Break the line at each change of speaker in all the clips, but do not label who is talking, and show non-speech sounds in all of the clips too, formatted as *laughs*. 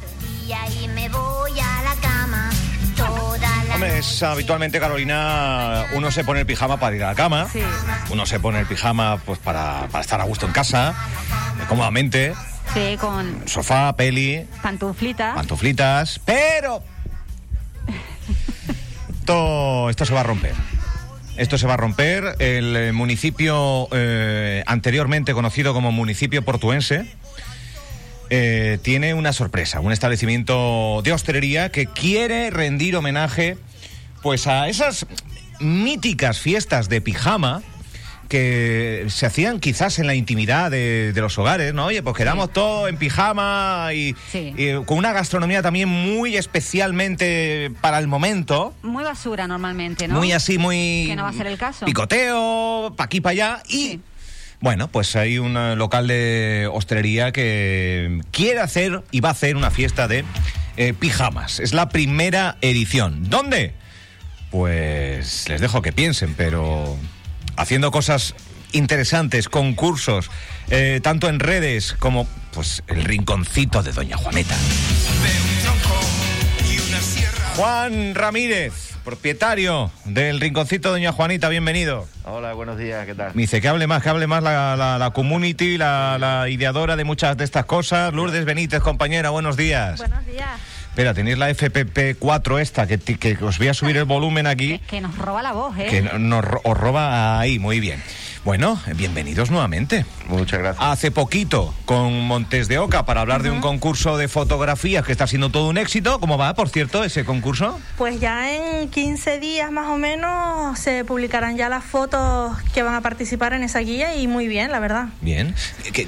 pastilla y me voy a la cama. Toda la
Hombre, es habitualmente, Carolina, uno se pone el pijama para ir a la cama.
Sí.
Uno se pone el pijama pues para, para estar a gusto en casa, eh, cómodamente,
Sí, con
sofá, peli,
pantuflita.
pantuflitas, pero esto, esto se va a romper. Esto se va a romper. El eh, municipio eh, anteriormente conocido como municipio portuense eh, tiene una sorpresa, un establecimiento de hostelería que quiere rendir homenaje pues a esas míticas fiestas de pijama que se hacían quizás en la intimidad de, de los hogares, ¿no? Oye, pues quedamos todos en pijama y,
Sí.
y con una gastronomía también muy especialmente para el momento.
Muy basura normalmente, ¿no?
Muy así, muy.
Que no va a ser el caso.
Picoteo, pa' aquí, pa' allá. Y.
Sí.
Bueno, pues hay un eh, local de hostelería que quiere hacer y va a hacer una fiesta de eh, pijamas. Es la primera edición. ¿Dónde? Pues les dejo que piensen, pero haciendo cosas interesantes, concursos, eh, tanto en redes como pues el rinconcito de Doña Juaneta. Juan Ramírez, propietario del rinconcito Doña Juanita, bienvenido.
Hola, buenos días, ¿qué tal?
Me dice que hable más, que hable más la, la- la community, la, la ideadora de muchas de estas cosas. Lourdes Benítez, compañera, buenos días.
Buenos días.
Espera, tenéis la FPP4 esta, que, ti- que os voy a subir el volumen aquí,
Que, que nos roba la voz, ¿eh?
que no- nos ro- os roba ahí, muy bien. Bueno, bienvenidos nuevamente.
Muchas gracias.
Hace poquito con Montes de Oca para hablar de un concurso de fotografías que está siendo todo un éxito. ¿Cómo va, por cierto, ese concurso?
Pues ya en 15 días más o menos se publicarán ya las fotos que van a participar en esa guía y muy bien, la verdad.
Bien. ¿Qué-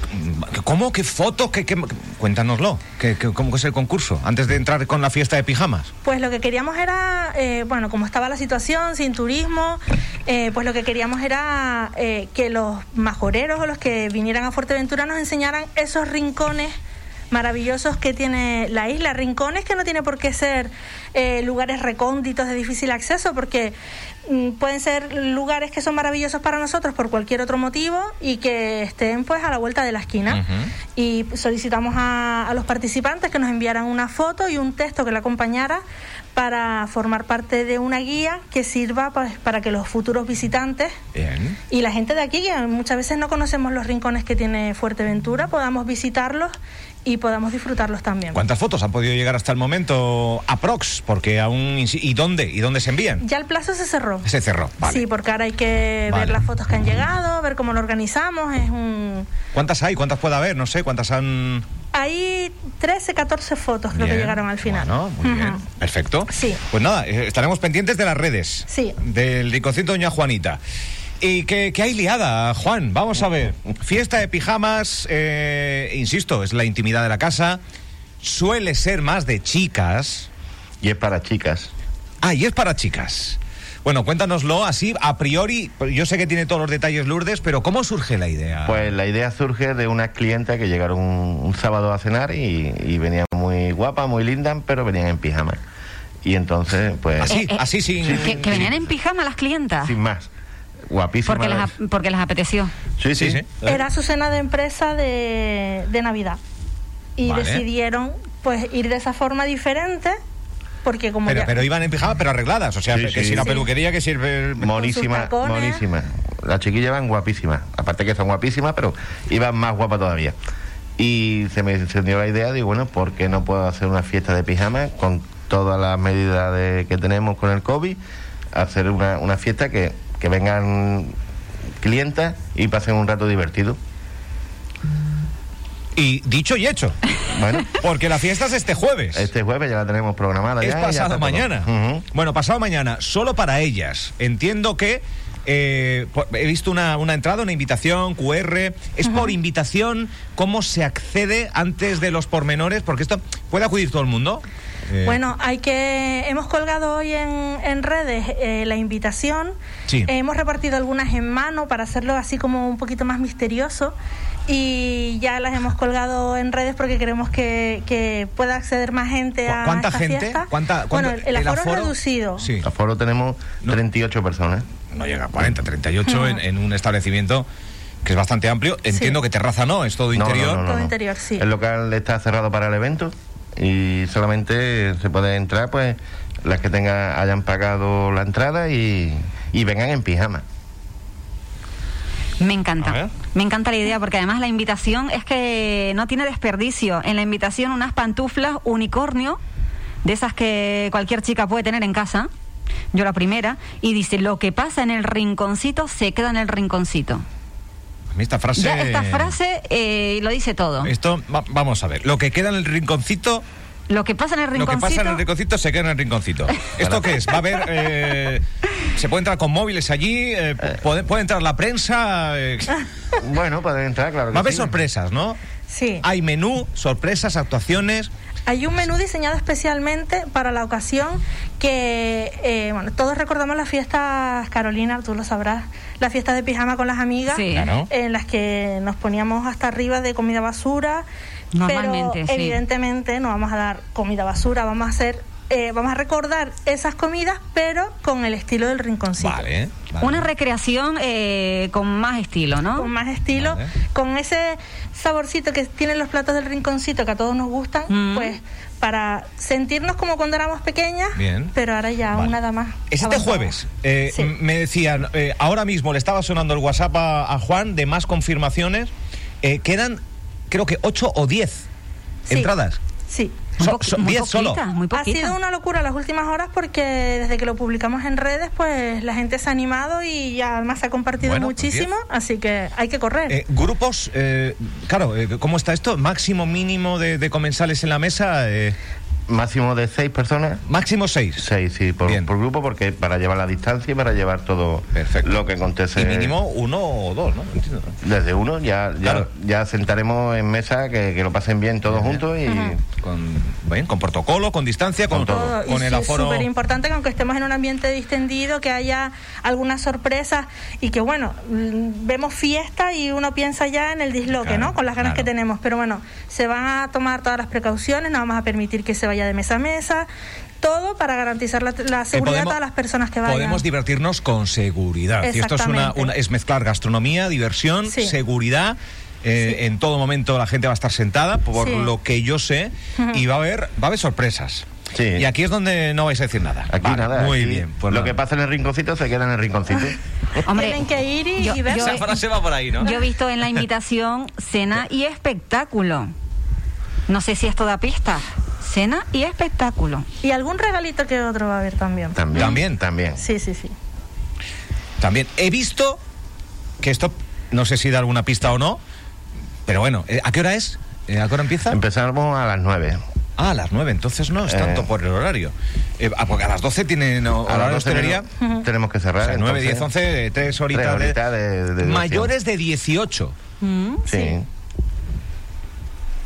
¿Cómo? ¿Qué fotos? ¿Qué, qué- Cuéntanoslo. ¿Qué- qué- ¿Cómo es el concurso? Antes de entrar con la fiesta de pijamas.
Pues lo que queríamos era, eh, bueno, como estaba la situación, sin turismo, eh, pues lo que queríamos era eh, que los majoreros o los que vinieran a Fuerteventura nos enseñaran esos rincones maravillosos que tiene la isla, rincones que no tiene por qué ser eh, lugares recónditos de difícil acceso, porque mm, pueden ser lugares que son maravillosos para nosotros por cualquier otro motivo y que estén pues a la vuelta de la esquina
Ujú.
y solicitamos a, a los participantes que nos enviaran una foto y un texto que la acompañara para formar parte de una guía que sirva pues, para que los futuros visitantes
Bien.
y la gente de aquí, que muchas veces no conocemos los rincones que tiene Fuerteventura, podamos visitarlos y podamos disfrutarlos también.
¿Cuántas fotos han podido llegar hasta el momento? Aprox, porque aún... insi- ¿Y dónde? ¿Y dónde se envían?
Ya el plazo se cerró.
Se cerró. Vale.
Sí, porque ahora hay que ver
Vale.
las fotos que han llegado, ver cómo lo organizamos. Es un...
¿Cuántas hay? ¿Cuántas puede haber? No sé. ¿Cuántas han...?
Hay 13, 14 fotos creo
Bien.
que llegaron al final.
Bueno, muy bien.
Ujú.
Perfecto.
Sí.
Pues nada, eh, estaremos pendientes de las redes.
Sí.
Del ricocito Doña Juanita. ¿Y qué, qué hay liada, Juan? Vamos a ver. Fiesta de pijamas, eh, insisto, es la intimidad de la casa. Suele ser más de chicas.
Y es para chicas.
Ah, y es para chicas. Bueno, cuéntanoslo así, a priori. Yo sé que tiene todos los detalles Lourdes, pero ¿cómo surge la idea?
Pues la idea surge de una clienta que llegaron un, un sábado a cenar y, y venían muy guapas, muy lindas, pero venían en pijama. Y entonces, pues,
Así. así sin-
Eh, Que, que venían en pijama las clientas.
sin más,
Ah.
guapísimas.
porque, las,
las-
ap- porque les apeteció.
Sí, sí.
Sí, sí.
Era su cena de empresa de, de Navidad. Y
Vale.
decidieron pues ir de esa forma diferente, porque como
Pero,
ya-
pero iban en pijama, pero arregladas. O sea,
Sí,
que
sí.
si la
Sí.
peluquería, que sirve.
Con sus
Monísimas,
tacones.
monísimas. Las chiquillas van guapísimas. Aparte que son guapísimas, pero iban más guapas todavía. Y se me encendió la idea, digo, bueno, ¿por qué no puedo hacer una fiesta de pijama con todas las medidas de- que tenemos con el COVID? Hacer una, una fiesta que, que vengan clientas y pasen un rato divertido.
Y dicho y
*laughs*
hecho. *laughs*
Bueno,
Porque la fiesta es este jueves.
este jueves ya la tenemos programada.
es
ya, y ya está
pasado
todo.
mañana.
Ujú.
Bueno, pasado mañana, solo para ellas. Entiendo que eh, po- he visto una, una entrada, una invitación, QR. Es por invitación, ¿cómo se accede antes de los pormenores? Porque esto puede acudir todo el mundo. Eh,
Bueno, hay que hemos colgado hoy en, en redes eh, la invitación.
Sí.
Eh, hemos repartido algunas en mano para hacerlo así como un poquito más misterioso y ya las hemos colgado en redes porque queremos que, que pueda acceder más gente
¿Cu-
a
cuánta
esta
gente?
fiesta.
¿Cuánta- cuánto-
bueno, el, el
el
aforo,
aforo?
es reducido.
Sí.
Aforo tenemos
No.
38 personas.
No llega a 40, 38 en, en un establecimiento que es bastante amplio. Entiendo que terraza no, es todo
No,
interior.
no, no, no,
Todo
no.
interior, sí.
El local está cerrado para el evento. y solamente se puede entrar pues las que tengan hayan pagado la entrada y, y vengan en
*laughs*
pijama.
Me
A ver.
encanta. Me encanta la idea porque además la invitación es que no tiene desperdicio. En la invitación unas pantuflas unicornio, de esas que cualquier chica puede tener en casa. Yo la primera. Y dice, lo que pasa en el rinconcito se queda en el rinconcito.
A mí esta frase...
Ya esta frase eh, lo dice todo.
Esto, va- vamos a ver, lo que queda en el rinconcito...
Lo que pasa en el
Lo que
rinconcito...
pasa en el rinconcito se queda en el rinconcito. ¿Esto qué es? ¿Va a haber.? eh, ¿Se puede entrar con móviles allí? Eh, ¿puede, puede entrar la prensa? Eh,
Bueno, pueden entrar, claro.
va
que
a haber
sí.
sorpresas, ¿no?
Sí.
Hay menú, sorpresas, actuaciones.
Hay un menú diseñado especialmente para la ocasión que, eh, bueno, todos recordamos las fiestas, Carolina, tú lo sabrás, las fiestas de pijama con las amigas,
Sí.
Claro.
en las que nos poníamos hasta arriba de comida basura.
Normalmente,
pero
sí.
evidentemente no vamos a dar comida basura, vamos a hacer, eh, vamos a recordar esas comidas, pero con el estilo del rinconcito.
Vale, eh, vale.
Una recreación eh, con más estilo, ¿no?
Con más estilo,
¿Ah? Vale.
con ese saborcito que tienen los platos del rinconcito que a todos nos gustan,
Mm.
pues para sentirnos como cuando éramos pequeñas,
Bien.
pero ahora ya
Vale.
una dama.
Es este
avanzada.
jueves. Eh,
Sí.
m- Me decían, eh, ahora mismo le estaba sonando el WhatsApp a, a Juan de más confirmaciones. Eh, quedan, creo que, 8 o 10
Sí.
entradas.
Sí.
Muy
So-
poqui-
so-
muy
10 solo.
poquitas, muy
Ha
poquitas.
sido una locura las últimas horas porque desde que lo publicamos en redes, pues la gente se ha animado y ya además se ha compartido
Bueno, pues
muchísimo, así que hay que correr.
Eh, grupos, eh, claro, eh, ¿cómo está esto? Máximo mínimo de, de comensales en la mesa, eh,
Máximo de seis personas.
máximo seis.
Seis, sí, por,
Bien.
por grupo, porque para llevar la distancia y para llevar todo
Perfecto.
lo que
eh.
acontece.
Y mínimo uno o dos, ¿no? Entiendo.
Desde uno, ya, ya,
Claro.
ya sentaremos en mesa, que, que lo pasen bien todos juntos y...
Con, bien, con protocolo, con distancia, con,
Con todo.
con
y
el
sí,
aforo. eh,
Es súper importante que aunque estemos en un ambiente distendido, que haya algunas sorpresas y que, bueno, mm, vemos fiesta y uno piensa ya en el disloque,
Claro,
¿no? Con las ganas
claro.
que tenemos. Pero bueno, se van a tomar todas las precauciones, no vamos a permitir que se vaya de mesa a mesa, todo para garantizar la, la
Eh,
seguridad de todas las personas que vayan.
Podemos divertirnos con seguridad. Y esto es, una,
Exactamente.
una- es mezclar gastronomía, diversión,
Sí.
seguridad. Eh, En todo momento la gente va a estar sentada, por
Sí.
lo que yo sé, y va a haber, va a haber sorpresas.
Sí.
Y aquí es donde no vais a decir nada.
Aquí
Vale,
nada.
Muy
aquí
bien. pues
lo
nada.
que pasa en el rinconcito se queda en
*laughs*
el rinconcito.
Hombre,
Tienen que ir y,
yo-
y ver.
yo-
Esa frase va por ahí, ¿no?
Yo he visto en la invitación cena y espectáculo. No sé si esto da pista. Cena y espectáculo.
Y algún regalito que otro va a haber también.
También.
También.
También.
Sí, sí, sí.
También he visto que esto, no sé si da alguna pista o no, pero bueno, eh, ¿a qué hora es? Eh, ¿A qué hora empieza?
Empezamos a las nueve.
Ah, a las 9, entonces no es
Eh.
tanto por el horario. Eh, ah, porque a las 12 tienen o- horario de
doce
hostelería.
menos tenemos que
O
cerrar.
sea, 9, 10,
entonces.
11, 3 eh, horitas.
Tres
de-
horitas de- de diversión.
mayores de 18.
Mm,
Sí.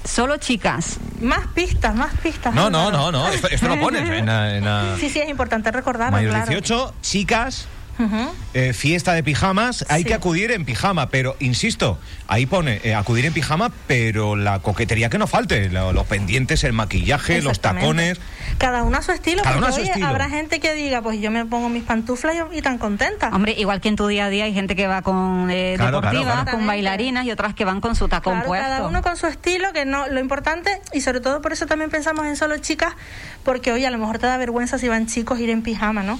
Solo chicas.
Más pistas, más pistas.
No, no,
Álvaro.
no, no, esto, esto lo pones. En, la- en la-
*laughs* Sí, sí, es importante recordarlo.
mayores de
claro.
18, chicas,
Ujú.
eh, fiesta de pijamas. Hay
Sí.
que acudir en pijama, pero insisto, ahí pone eh, acudir en pijama, pero la coquetería que no falte. lo- los pendientes, el maquillaje, los
Exactamente.
tacones.
Cada uno a su estilo,
Cada uno
porque
a su
oye,
estilo.
habrá gente que diga, pues yo me pongo mis pantuflas y, y tan contenta.
Hombre, igual que en tu día a día hay gente que va con eh,
Claro, claro,
deportivas,
claro.
con bailarinas y otras que van con su tacón
Claro,
puesto.
cada uno con su estilo, que no lo importante, y sobre todo por eso también pensamos en solo chicas, porque oye, a lo mejor te da vergüenza si van chicos ir en pijama, ¿no?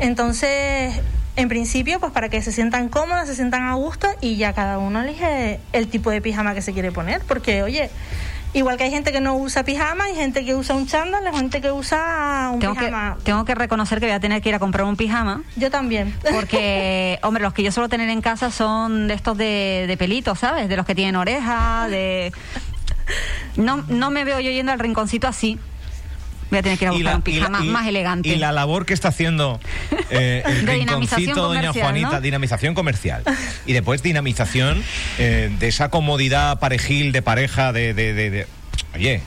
Entonces, en principio, pues para que se sientan cómodas, se sientan a gusto, y ya cada uno elige el tipo de pijama que se quiere poner, porque oye, igual que hay gente que no usa pijama, hay gente que usa un chándal, hay gente que usa un
tengo, que,
pijama.
tengo que reconocer que voy a tener que ir a comprar un pijama.
Yo también.
Porque, hombre, los que yo suelo tener en casa son de estos de, de pelitos, ¿sabes? De los que tienen oreja, de... No, no me veo yo yendo al rinconcito así. Voy a tener que ir a buscar un pijama
y-
más elegante.
Y la labor que está haciendo
*laughs*
eh, el
De dinamización
rinconcito, doña
comercial,
Juanita,
¿no?
dinamización comercial. Y después dinamización eh, de esa comodidad parejil, de pareja, de... de- de- de- Oye,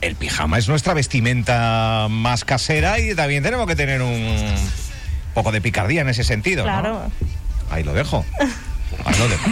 el pijama es nuestra vestimenta más casera y también tenemos que tener un poco de picardía en ese sentido. ¿no?
Claro.
Ahí lo dejo. Ahí lo dejo.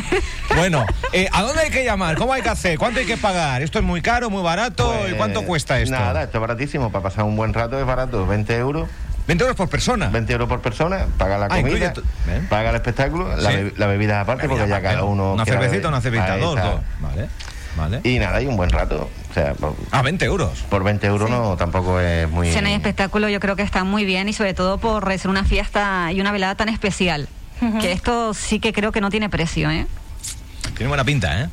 Bueno, eh, ¿a dónde hay que llamar? ¿Cómo hay que hacer? ¿Cuánto hay que pagar? ¿Esto es muy caro, muy barato? ¿Y
Pues,
cuánto cuesta esto?
Nada, esto es baratísimo. Para pasar un buen rato es barato. 20 euros.
20 euros por persona.
20 euros por persona, paga la
Ah, incluye
comida,
to- ¿eh?
paga el espectáculo, la,
Sí.
be- la bebida aparte,
Bebida
porque ya
aparte,
cada
¿no?
uno.
Una
quiere
cervecita,
beber.
una cervecita,
Ahí
dos,
está.
dos. Vale. Vale.
Y nada, y un buen rato. O sea, por,
Ah, 20 euros.
por 20 euros no tampoco es muy.
Eh.
Cena y espectáculo yo creo que está muy bien y sobre todo por ser una fiesta y una velada tan especial.
Ujú.
Que esto sí que creo que no tiene precio, ¿eh?
Tiene buena pinta, ¿eh?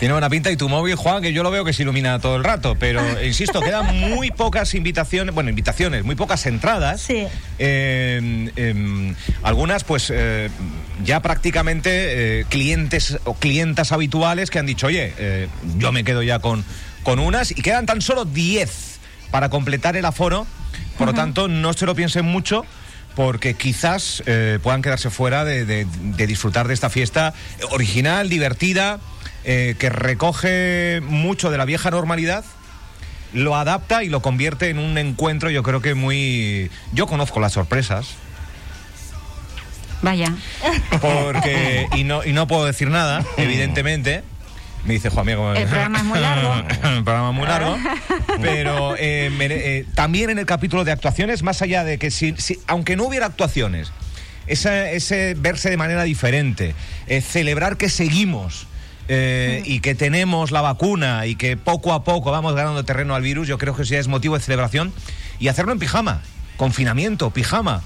Tiene buena pinta y tu móvil, Juan, que yo lo veo que se ilumina todo el rato, pero insisto, quedan muy pocas invitaciones, bueno, invitaciones, muy pocas entradas.
Sí.
Eh, eh, algunas, pues, eh, ya prácticamente eh, clientes o clientas habituales que han dicho, oye, eh, yo me quedo ya con, con unas y quedan tan solo 10 para completar el aforo, por lo tanto, no se lo piensen mucho. Porque quizás eh, puedan quedarse fuera de, de- de disfrutar de esta fiesta original, divertida, eh, que recoge mucho de la vieja normalidad lo adapta y lo convierte en un encuentro, yo creo que muy... Yo conozco las sorpresas,
Vaya.
porque... y, no, y no puedo decir nada, evidentemente. Me dice Juan Diego...
El programa es muy largo.
*laughs* el programa es muy largo. *laughs* Pero eh, mere- eh, también en el capítulo de actuaciones, más allá de que si, si- aunque no hubiera actuaciones, esa- ese verse de manera diferente, eh, celebrar que seguimos. eh, y que tenemos la vacuna y que poco a poco vamos ganando terreno al virus, yo creo que eso ya es motivo de celebración. Y hacerlo en pijama, confinamiento, pijama.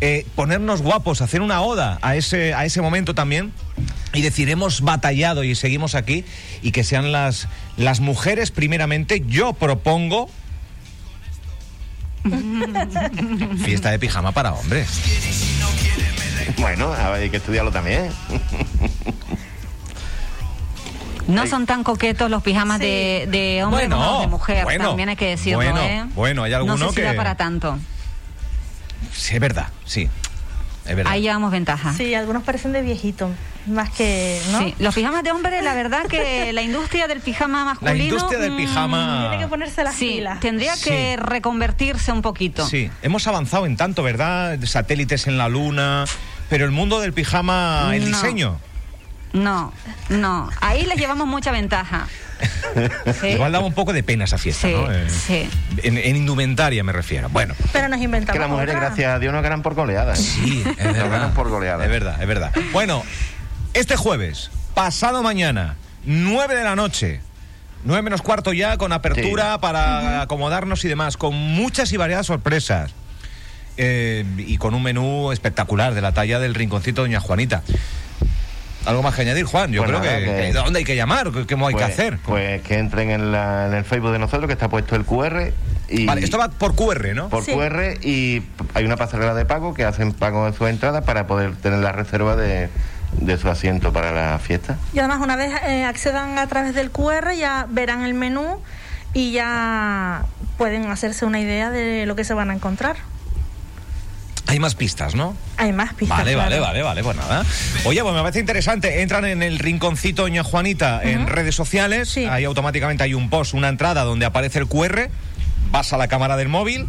Eh, ponernos guapos, hacer una oda a ese, a ese momento también y decir, hemos batallado y seguimos aquí y que sean las, las mujeres primeramente. Yo
*laughs*
propongo fiesta de pijama para hombres.
*laughs* Bueno, a ver, hay que estudiarlo también.
No son tan coquetos los pijamas
Sí.
de, de hombre
Bueno,
como los de mujer,
bueno,
también hay que decirlo,
bueno,
¿eh?
bueno, hay
no sé
alguno
si da
que-
para tanto.
Sí, es verdad, sí. Es verdad.
Ahí llevamos ventaja.
Sí, algunos parecen de viejito, más que, ¿no?
Ah. Sí, los pijamas de hombre, la verdad *laughs* que la industria del pijama
La
masculino...
industria del
mm,
pijama...
Tiene que ponerse las
sí,
pilas.
tendría
Sí.
que reconvertirse un poquito.
Sí, hemos avanzado en tanto, ¿verdad? Satélites en la luna, pero el mundo del pijama, el
No.
diseño.
No, no. Ahí les llevamos mucha ventaja. Sí.
Igual daba un poco de pena esa fiesta,
Sí,
¿no? Eh,
sí.
En, en indumentaria me refiero. Bueno.
Pero nos
que
inventamos.
las mujeres,
otra.
gracias a Dios, no ganan por goleadas.
Sí, es
Nos
verdad.
ganan *laughs* por goleadas.
Es verdad, es verdad. Bueno, este jueves, pasado mañana, 9 de la noche. 9 menos cuarto ya, con apertura
Sí.
para acomodarnos y demás, con muchas y variadas sorpresas. Eh, y con un menú espectacular de la talla del rinconcito de Doña Juanita. Algo más que añadir, Juan. Yo
Pues
creo
nada,
que,
que-
que- ¿Dónde hay que llamar? ¿Qué- ¿Cómo hay
Pues-
que hacer?
Pues que entren en, la- en el Facebook de nosotros, que está puesto el QR. Y
Vale, esto va por QR, ¿no?
por
Sí.
QR y p- hay una pasarela de pago que hacen pago de sus entradas para poder tener la reserva de, de su asiento para la fiesta.
Y además, una vez eh, accedan a través del QR, ya verán el menú y ya pueden hacerse una idea de lo que se van a encontrar.
Hay más pistas, ¿no?
Hay más pistas.
Vale, vale,
claro.
vale, vale, pues nada. Oye, pues me parece interesante. Entran en el rinconcito Doña Juanita en redes sociales.
Sí.
Ahí automáticamente hay un post, una entrada donde aparece el QR. Vas a la cámara del móvil,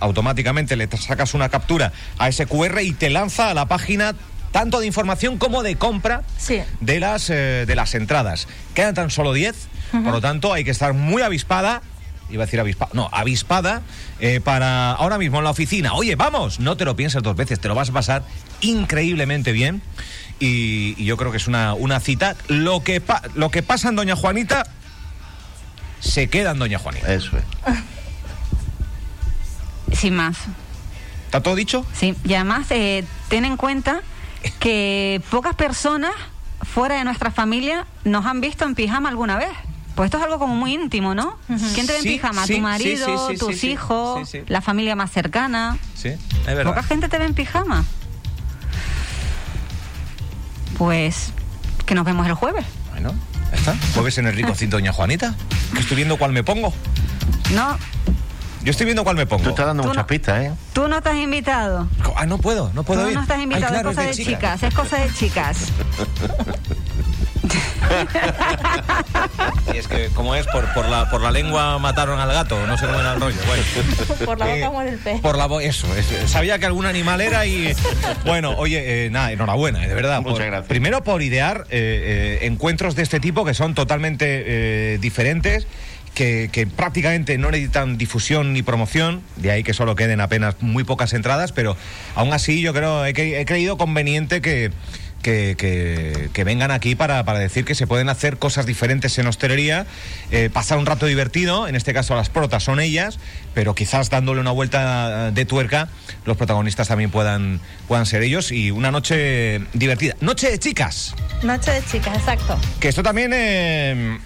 automáticamente le sacas una captura a ese QR y te lanza a la página tanto de información como de compra
Sí.
de las, eh, de las entradas. Quedan tan solo 10, por lo tanto hay que estar muy avispada. Iba a decir avispada, no, avispada eh, para ahora mismo en la oficina. Oye, vamos, no te lo pienses dos veces, te lo vas a pasar increíblemente bien. Y, y yo creo que es una, una cita. Lo que, pa- lo que pasa en Doña Juanita, se queda en Doña Juanita.
Eso es.
Sin más.
¿Está todo dicho?
Sí, y además eh, ten en cuenta que pocas personas fuera de nuestra familia nos han visto en pijama alguna vez. Pues esto es algo como muy íntimo, ¿no? ¿Quién te ve en
Sí,
pijama?
sí,
¿Tu
sí,
marido,
sí, sí,
tus
sí, sí.
hijos,
Sí, sí.
la familia más cercana?
Sí, es
Poca gente te ve en pijama. Pues que nos vemos el jueves.
Bueno, ya está. Jueves en el rinconcito Doña Juanita. Que estoy viendo cuál me pongo.
No,
Yo estoy viendo cuál me pongo.
Tú estás dando
Tú
muchas
no-
pistas, ¿eh?
tú no estás invitado.
Ah, no puedo, no
Tú
puedo ir.
no estás
Ay,
invitado,
claro,
es cosa de,
chica.
chicas, es cosa de chicas.
Y es que, como es, por, por, la, por la lengua mataron al gato, no sé cómo era el rollo. Bueno.
*laughs* Por la
Eh,
boca muere el pez.
Por la bo- eso, es- sabía que algún animal era y. Bueno, oye, eh, nada, enhorabuena, eh, de verdad.
Muchas
por-
gracias.
Primero por idear eh, eh, encuentros de este tipo que son totalmente eh, diferentes. Que, que prácticamente no necesitan difusión ni promoción, de ahí que solo queden apenas muy pocas entradas, pero aún así yo creo, he, cre- he creído conveniente que, que, eh, que- que vengan aquí para, para decir que se pueden hacer cosas diferentes en hostelería, eh, pasar un rato divertido, en este caso las protas son ellas, pero quizás dándole una vuelta eh, de tuerca, los protagonistas también puedan, puedan ser ellos y una noche divertida. Noche de chicas,
Noche de chicas, exacto.
que esto también... eh,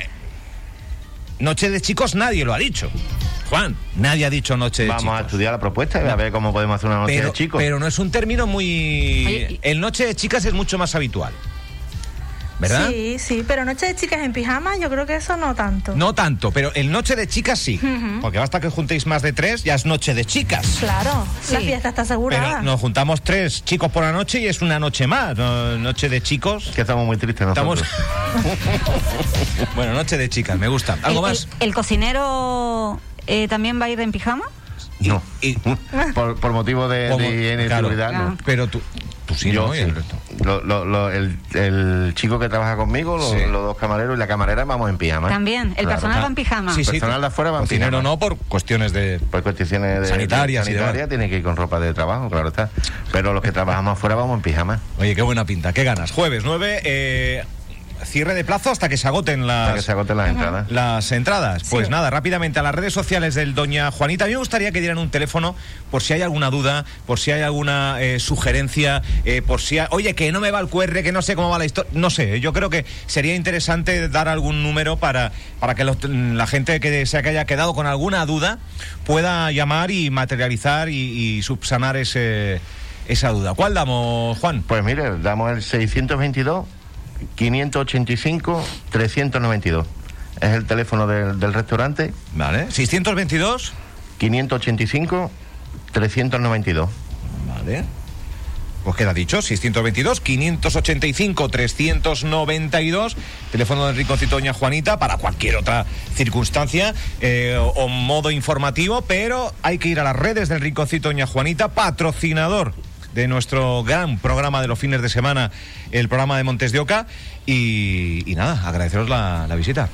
noche de chicos nadie lo ha dicho. Juan, nadie ha dicho noche de
Vamos
chicos.
a estudiar la propuesta y a ver cómo podemos hacer una noche
Pero,
de chicos.
pero no es un término muy...
Oye, y-
El noche de chicas es mucho más habitual. ¿Verdad?
Sí, sí, pero noche de chicas en pijama, yo creo que eso no tanto.
No tanto, pero el noche de chicas sí.
Ujú.
Porque basta que juntéis más de tres, ya es noche de chicas.
Claro, la
Sí.
fiesta está asegurada.
Pero nos juntamos tres chicos por la noche y es una noche más. no- noche de chicos.
Que estamos muy tristes nosotros.
Estamos. *laughs* bueno, noche de chicas, me gusta. ¿Algo
El- el-
más?
¿El, cocinero eh, también va a ir en pijama?
No.
Y-
por, por motivo de,
como-
de higiene y
claro,
seguridad, no.
Pero tú, tú sí,
Yo
¿no? Y
sí.
el resto.
Lo- lo- lo- el, el chico que trabaja conmigo, lo-
Sí.
los dos camareros y la camarera, vamos en pijama.
También, el
Claro.
personal va en pijama.
Ah. Sí, sí.
Personal de afuera va en
Cocinero
pijama.
no, por cuestiones de.
Por Pues cuestiones de
Sanitarias y demás.
sanitarias, tiene que ir con ropa de trabajo, claro está. Pero los que trabajamos afuera vamos en pijama.
Oye, qué buena pinta, qué ganas. Jueves 9, eh, cierre de plazo hasta que se agoten las.
Para que se agoten las entradas.
Las entradas, pues nada, rápidamente a las redes sociales del Doña Juanita. A mí me gustaría que dieran un teléfono por si hay alguna duda, por si hay alguna eh, sugerencia, eh, por si hay, oye, que no me va el QR, que no sé cómo va la historia. No sé, yo creo que sería interesante dar algún número para, para que los- la gente que se haya quedado con alguna duda pueda llamar y materializar y, y subsanar ese, esa duda. ¿Cuál damos, Juan?
Pues mire, damos el 622, 585, 392. Es el teléfono del, del restaurante,
Vale. 622.
585, 392.
Vale. Pues queda dicho, 622, 585, 392, teléfono del Rinconcito Doña Juanita para cualquier otra circunstancia eh, o, o modo informativo, pero hay que ir a las redes del Rinconcito Doña Juanita, patrocinador de nuestro gran programa de los fines de semana, el programa de Montes de Oca, y, y nada, agradeceros la, la visita.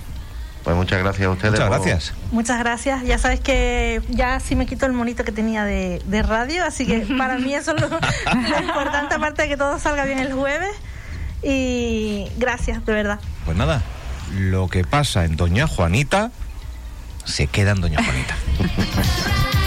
Pues muchas gracias a ustedes.
Muchas
por-
gracias.
Muchas gracias. Ya sabes que ya sí me quito el monito que tenía de, de radio, así que para mí eso es lo, lo importante, aparte de que todo salga bien el jueves. Y gracias, de verdad.
Pues nada, lo que pasa en Doña Juanita se queda en Doña Juanita.